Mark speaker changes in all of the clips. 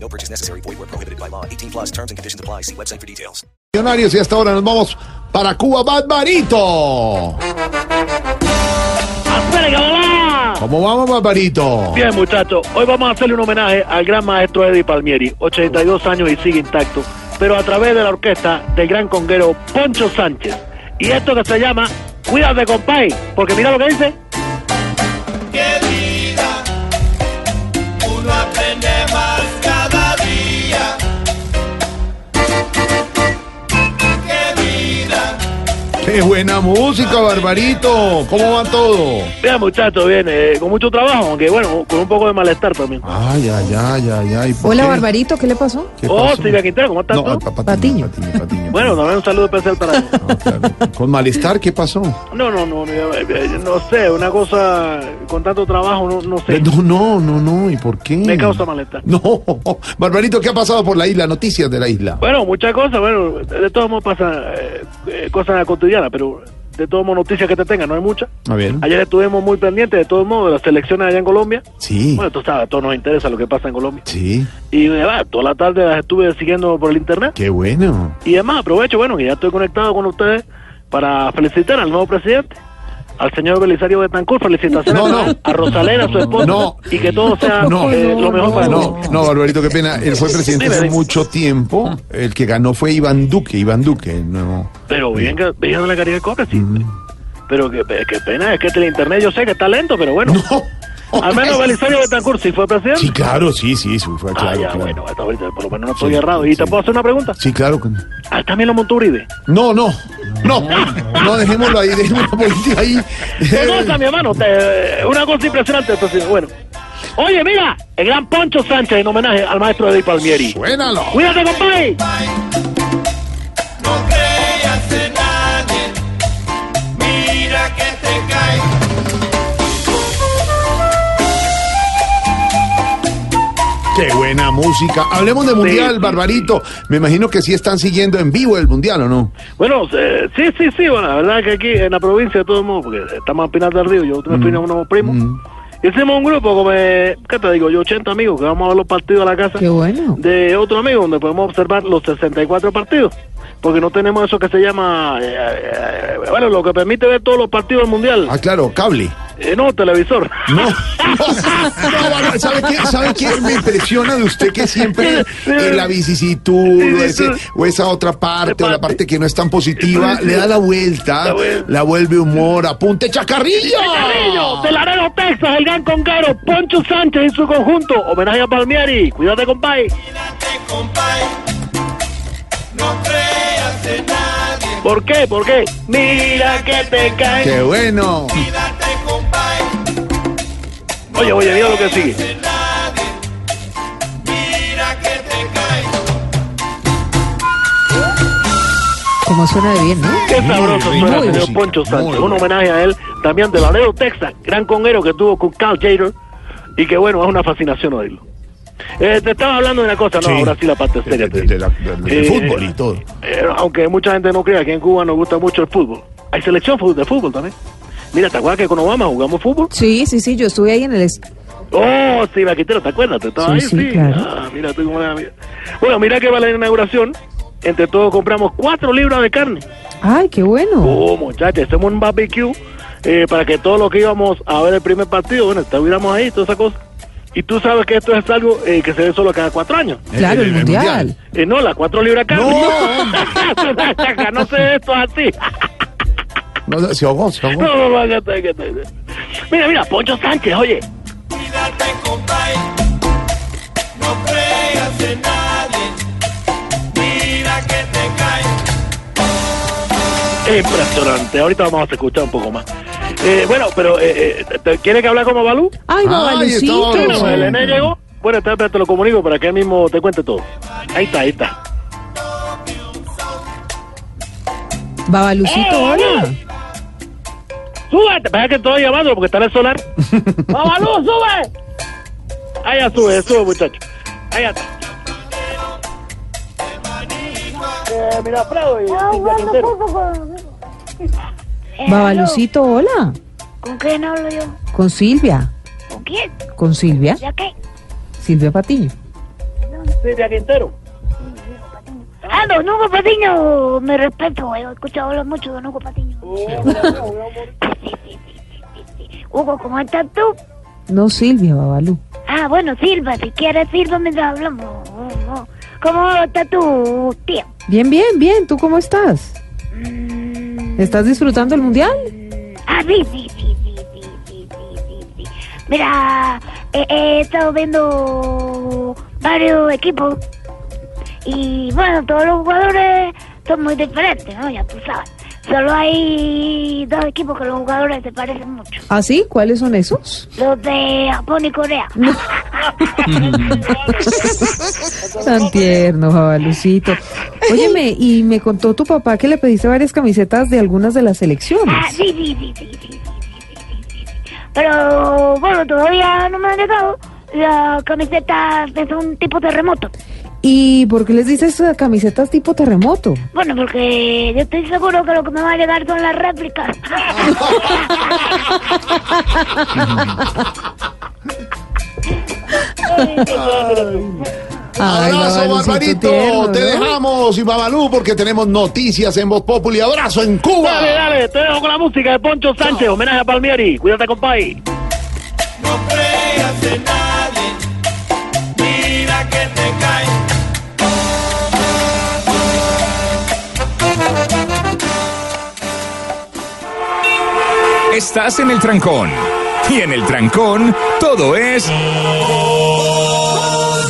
Speaker 1: No purchase necessary. Void where prohibited by law. 18 plus terms and conditions apply. See website for details.
Speaker 2: Millonarios y hasta ahora nos vamos para Cuba, Barbarito.
Speaker 3: ¡Afuera, que volá!
Speaker 2: ¿Cómo vamos, Barbarito?
Speaker 3: Bien, muchachos, hoy vamos a hacerle un homenaje al gran maestro Eddie Palmieri, 82 años y sigue intacto, pero a través de la orquesta del gran conguero Poncho Sánchez. Y esto que se llama Cuídate, compay, porque mira lo que dice.
Speaker 4: ¡Qué vida! Uno aprende más cada día. ¡Qué vida!
Speaker 2: ¡Qué buena música, Barbarito! ¿Cómo va todo?
Speaker 3: Bien, muchachos, bien, eh, con mucho trabajo, aunque bueno, con un poco de malestar también.
Speaker 2: Ay, ay, ay, ay, ay. ¿por
Speaker 5: Hola,
Speaker 2: qué?
Speaker 5: Barbarito, ¿qué le pasó?
Speaker 2: ¿Qué
Speaker 3: Oh,
Speaker 2: pasó?
Speaker 3: Silvia Quintero, ¿cómo estás
Speaker 2: No,
Speaker 3: tú?
Speaker 2: ah, pa- Patiño, Patiño, Patiño.
Speaker 3: Bueno, también un saludo especial para...
Speaker 2: Ah, claro. ¿Con malestar qué pasó?
Speaker 3: No, no, no, no, eh, no sé, una cosa con tanto trabajo, no, no sé,
Speaker 2: Eh, No, no, no, no. ¿Y por qué?
Speaker 3: me causa malestar.
Speaker 2: No, Barbarito, ¿qué ha pasado por la isla? Noticias de la isla.
Speaker 3: Bueno, muchas cosas, bueno, de todos modos pasa eh, eh, cosas cotidianas, pero de todos modos noticias que te tengan, no hay muchas.
Speaker 2: A ver.
Speaker 3: Ayer estuvimos muy pendientes de todos modos de las elecciones allá en Colombia.
Speaker 2: Sí,
Speaker 3: Bueno, tú sabes, a todos nos interesa lo que pasa en Colombia.
Speaker 2: sí.
Speaker 3: Y eh, va, toda la tarde las estuve siguiendo por el internet.
Speaker 2: Qué bueno.
Speaker 3: Y además aprovecho, bueno, que ya estoy conectado con ustedes para felicitar al nuevo presidente. Al señor Belisario Betancourt, felicitaciones
Speaker 2: No, no.
Speaker 3: a Rosalena, a su esposa,
Speaker 2: No.
Speaker 3: y que todo sea
Speaker 2: No.
Speaker 3: eh, lo mejor para todos.
Speaker 2: No, no, Barbarito, qué pena. Él fue presidente
Speaker 3: Dime,
Speaker 2: hace
Speaker 3: dime.
Speaker 2: mucho tiempo. El que ganó fue Iván Duque. Iván Duque, el nuevo.
Speaker 3: Pero bien que bien la calidad de cobre, sí. Pero qué, qué pena, es que el internet yo sé que está lento, pero bueno.
Speaker 2: No.
Speaker 3: Al menos Belisario Betancourt sí fue presidente.
Speaker 2: Sí, claro, sí, sí, sí, fue
Speaker 3: ah,
Speaker 2: claro.
Speaker 3: ya,
Speaker 2: claro.
Speaker 3: bueno, hasta ahorita por lo menos no estoy
Speaker 2: Sí,
Speaker 3: errado. ¿Y
Speaker 2: sí.
Speaker 3: te puedo hacer una pregunta?
Speaker 2: Sí, claro. que no.
Speaker 3: Ah, también lo montó Uribe.
Speaker 2: No, no, no, no, dejémoslo ahí, dejemos la política ahí.
Speaker 3: Qué cosa, mi hermano, te- una cosa impresionante esto, sí. Bueno. Oye, mira, el gran Poncho Sánchez en homenaje al maestro Eddie Palmieri.
Speaker 2: Suénalo.
Speaker 3: Cuídate, compadre.
Speaker 4: No creas en nadie. Mira que te cae.
Speaker 2: Qué buena música. Hablemos de Mundial,
Speaker 3: sí,
Speaker 2: Barbarito. Me imagino que sí están siguiendo en vivo el Mundial, ¿o no?
Speaker 3: Bueno, eh, sí, sí, sí, bueno, la verdad es que aquí en la provincia de todo el mundo, porque estamos en Pinar del Río, yo me fui a unos primos, hicimos un grupo como, eh, ¿qué te digo? Yo 80 amigos que vamos a ver los partidos a la casa
Speaker 5: Qué bueno.
Speaker 3: de otro amigo donde podemos observar los 64 partidos, porque no tenemos eso que se llama, eh, eh, bueno, lo que permite ver todos los partidos del Mundial,
Speaker 2: Ah, claro, cable.
Speaker 3: Eh, no, televisor.
Speaker 2: No. No, Barbarito, ¿sabe qué? ¿Sabe qué? Me impresiona de usted que siempre eh, la vicisitud o, ese- o esa otra parte o la parte que no es tan positiva le da la vuelta, la vuelve humor, apunte chacarrillo.
Speaker 3: Carrillo, de Laredo, Texas, el gran conguero Poncho Sánchez y su conjunto, homenaje a Palmieri, cuídate, compadre.
Speaker 4: Mírate, compay. No creas en nadie.
Speaker 3: ¿Por qué? ¿Por qué? Mira que te cae.
Speaker 2: Qué bueno.
Speaker 4: Mírate, compay.
Speaker 3: Oye, oye, mira lo que sigue.
Speaker 4: creas en nadie. Mira que te cae.
Speaker 5: Como suena de bien, ¿no?
Speaker 3: Qué sabroso
Speaker 2: Muy buena
Speaker 3: suena el señor
Speaker 2: música,
Speaker 3: Poncho
Speaker 2: muy
Speaker 3: Sánchez. Un
Speaker 2: buena.
Speaker 3: homenaje a él también de Laredo, Texas, gran conguero que tuvo con Cal Jader. Y que bueno, es una fascinación oírlo. Eh, te estaba hablando de una cosa, no,
Speaker 2: Sí.
Speaker 3: ahora sí la parte
Speaker 2: De-
Speaker 3: seria.
Speaker 2: de-
Speaker 3: te
Speaker 2: de
Speaker 3: digo.
Speaker 2: la- de- del
Speaker 3: Eh,
Speaker 2: fútbol y todo.
Speaker 3: eh, aunque mucha gente no crea que en Cuba nos gusta mucho el fútbol. Hay selección fu- de fútbol también. Mira, ¿te acuerdas que con Obama jugamos fútbol?
Speaker 5: Sí, sí, sí, yo estuve ahí en el... es-
Speaker 3: Oh, sí, Vaquitero, ¿te acuerdas? Te estaba
Speaker 5: Sí,
Speaker 3: ahí,
Speaker 5: sí,
Speaker 3: sí.
Speaker 5: claro.
Speaker 3: Ah, mira tú cómo la- mira. Bueno, mira que va la inauguración. Entre todos compramos cuatro libras de carne.
Speaker 5: Ay, qué bueno.
Speaker 3: Oh, muchachos, hacemos un barbecue eh, para que todos los que íbamos a ver el primer partido, bueno, estuviéramos ahí, toda esa cosa. Y tú sabes que esto es algo eh, que se ve solo cada cuatro años.
Speaker 5: Claro, el mundial.
Speaker 3: Eh, no, las cuatro libras de carne. No, no sé, esto es así.
Speaker 2: No, se ahogó, se ahogó.
Speaker 3: No, no, no, ya está, ya está, ya está. Mira, mira, Poncho Sánchez, oye.
Speaker 4: Mírate, compay. No creas en nadie. Mira que te cae.
Speaker 3: Impresionante. Ahorita vamos a escuchar un poco más. Eh, bueno, pero eh, eh, ¿te- te- ¿quieres que hable como Balú?
Speaker 5: Ay,
Speaker 2: está
Speaker 5: babalucito.
Speaker 2: Balú.
Speaker 3: Bueno,
Speaker 2: sí.
Speaker 3: el Nene llegó. Bueno, te, te lo comunico para que él mismo te cuente todo. Ahí está, ahí está.
Speaker 5: Babalucito, hola.
Speaker 3: ¡Súbete! Vaya que estoy llamando porque está en el solar. ¡Babalú, sube! Allá sube, sube, muchacho. Allá está. Eh, mira, Fredo y
Speaker 6: Ah,
Speaker 3: Cintia Quintero.
Speaker 6: eh,
Speaker 5: Babalucito, hola.
Speaker 6: ¿Con quién hablo yo?
Speaker 5: Con Silvia.
Speaker 6: ¿Con quién?
Speaker 5: Con Silvia.
Speaker 6: ¿Ya qué?
Speaker 5: Silvia Patiño.
Speaker 3: Cintia Quintero.
Speaker 6: Ah, don Hugo Patiño, me respeto, he escuchado hablar mucho de don Hugo Patiño. Hugo, ¿cómo estás tú?
Speaker 5: No Silvia, Babalú.
Speaker 6: Ah, bueno, Silva, si quieres Silva mientras hablamos. Oh, ¿Cómo está tu tío?
Speaker 5: Bien, bien, bien. ¿Tú cómo estás? ¿Estás disfrutando el mundial?
Speaker 6: Ah, sí, sí, sí, sí, sí, sí, sí, sí, sí. Mira, eh, eh, he estado viendo varios equipos y bueno, todos los jugadores son muy diferentes, ¿no? Ya tú sabes. Solo hay dos equipos que los jugadores se parecen mucho.
Speaker 5: ¿Ah, sí? ¿Cuáles son esos?
Speaker 6: Los de Japón y Corea.
Speaker 5: Tan tierno, Babalucito. Óyeme, y me contó tu papá que le pediste varias camisetas de algunas de las
Speaker 6: Ah,
Speaker 5: selecciones.
Speaker 6: sí, sí, sí, sí, sí, sí, sí, sí, sí, sí. Pero bueno, todavía no me han llegado las camisetas de un tipo terremoto.
Speaker 5: ¿Y por qué les dices eh, camisetas tipo terremoto?
Speaker 6: Bueno, porque yo estoy seguro que lo que me va a llegar son las réplicas.
Speaker 5: Ay,
Speaker 2: Abrazo,
Speaker 5: Babalucito
Speaker 2: Barbarito.
Speaker 5: tierno,
Speaker 2: Te
Speaker 5: ¿no?
Speaker 2: dejamos y Babalú porque tenemos noticias en Voz Populi. Abrazo en Cuba.
Speaker 3: Dale, dale, te dejo con la música de Poncho Sánchez, homenaje a Palmieri. Cuídate, compadre.
Speaker 4: No creas en nadie, mira que te cae.
Speaker 7: Estás en el trancón. Y en el trancón, todo es.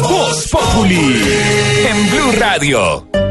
Speaker 7: Voz Populi. En Blue Radio.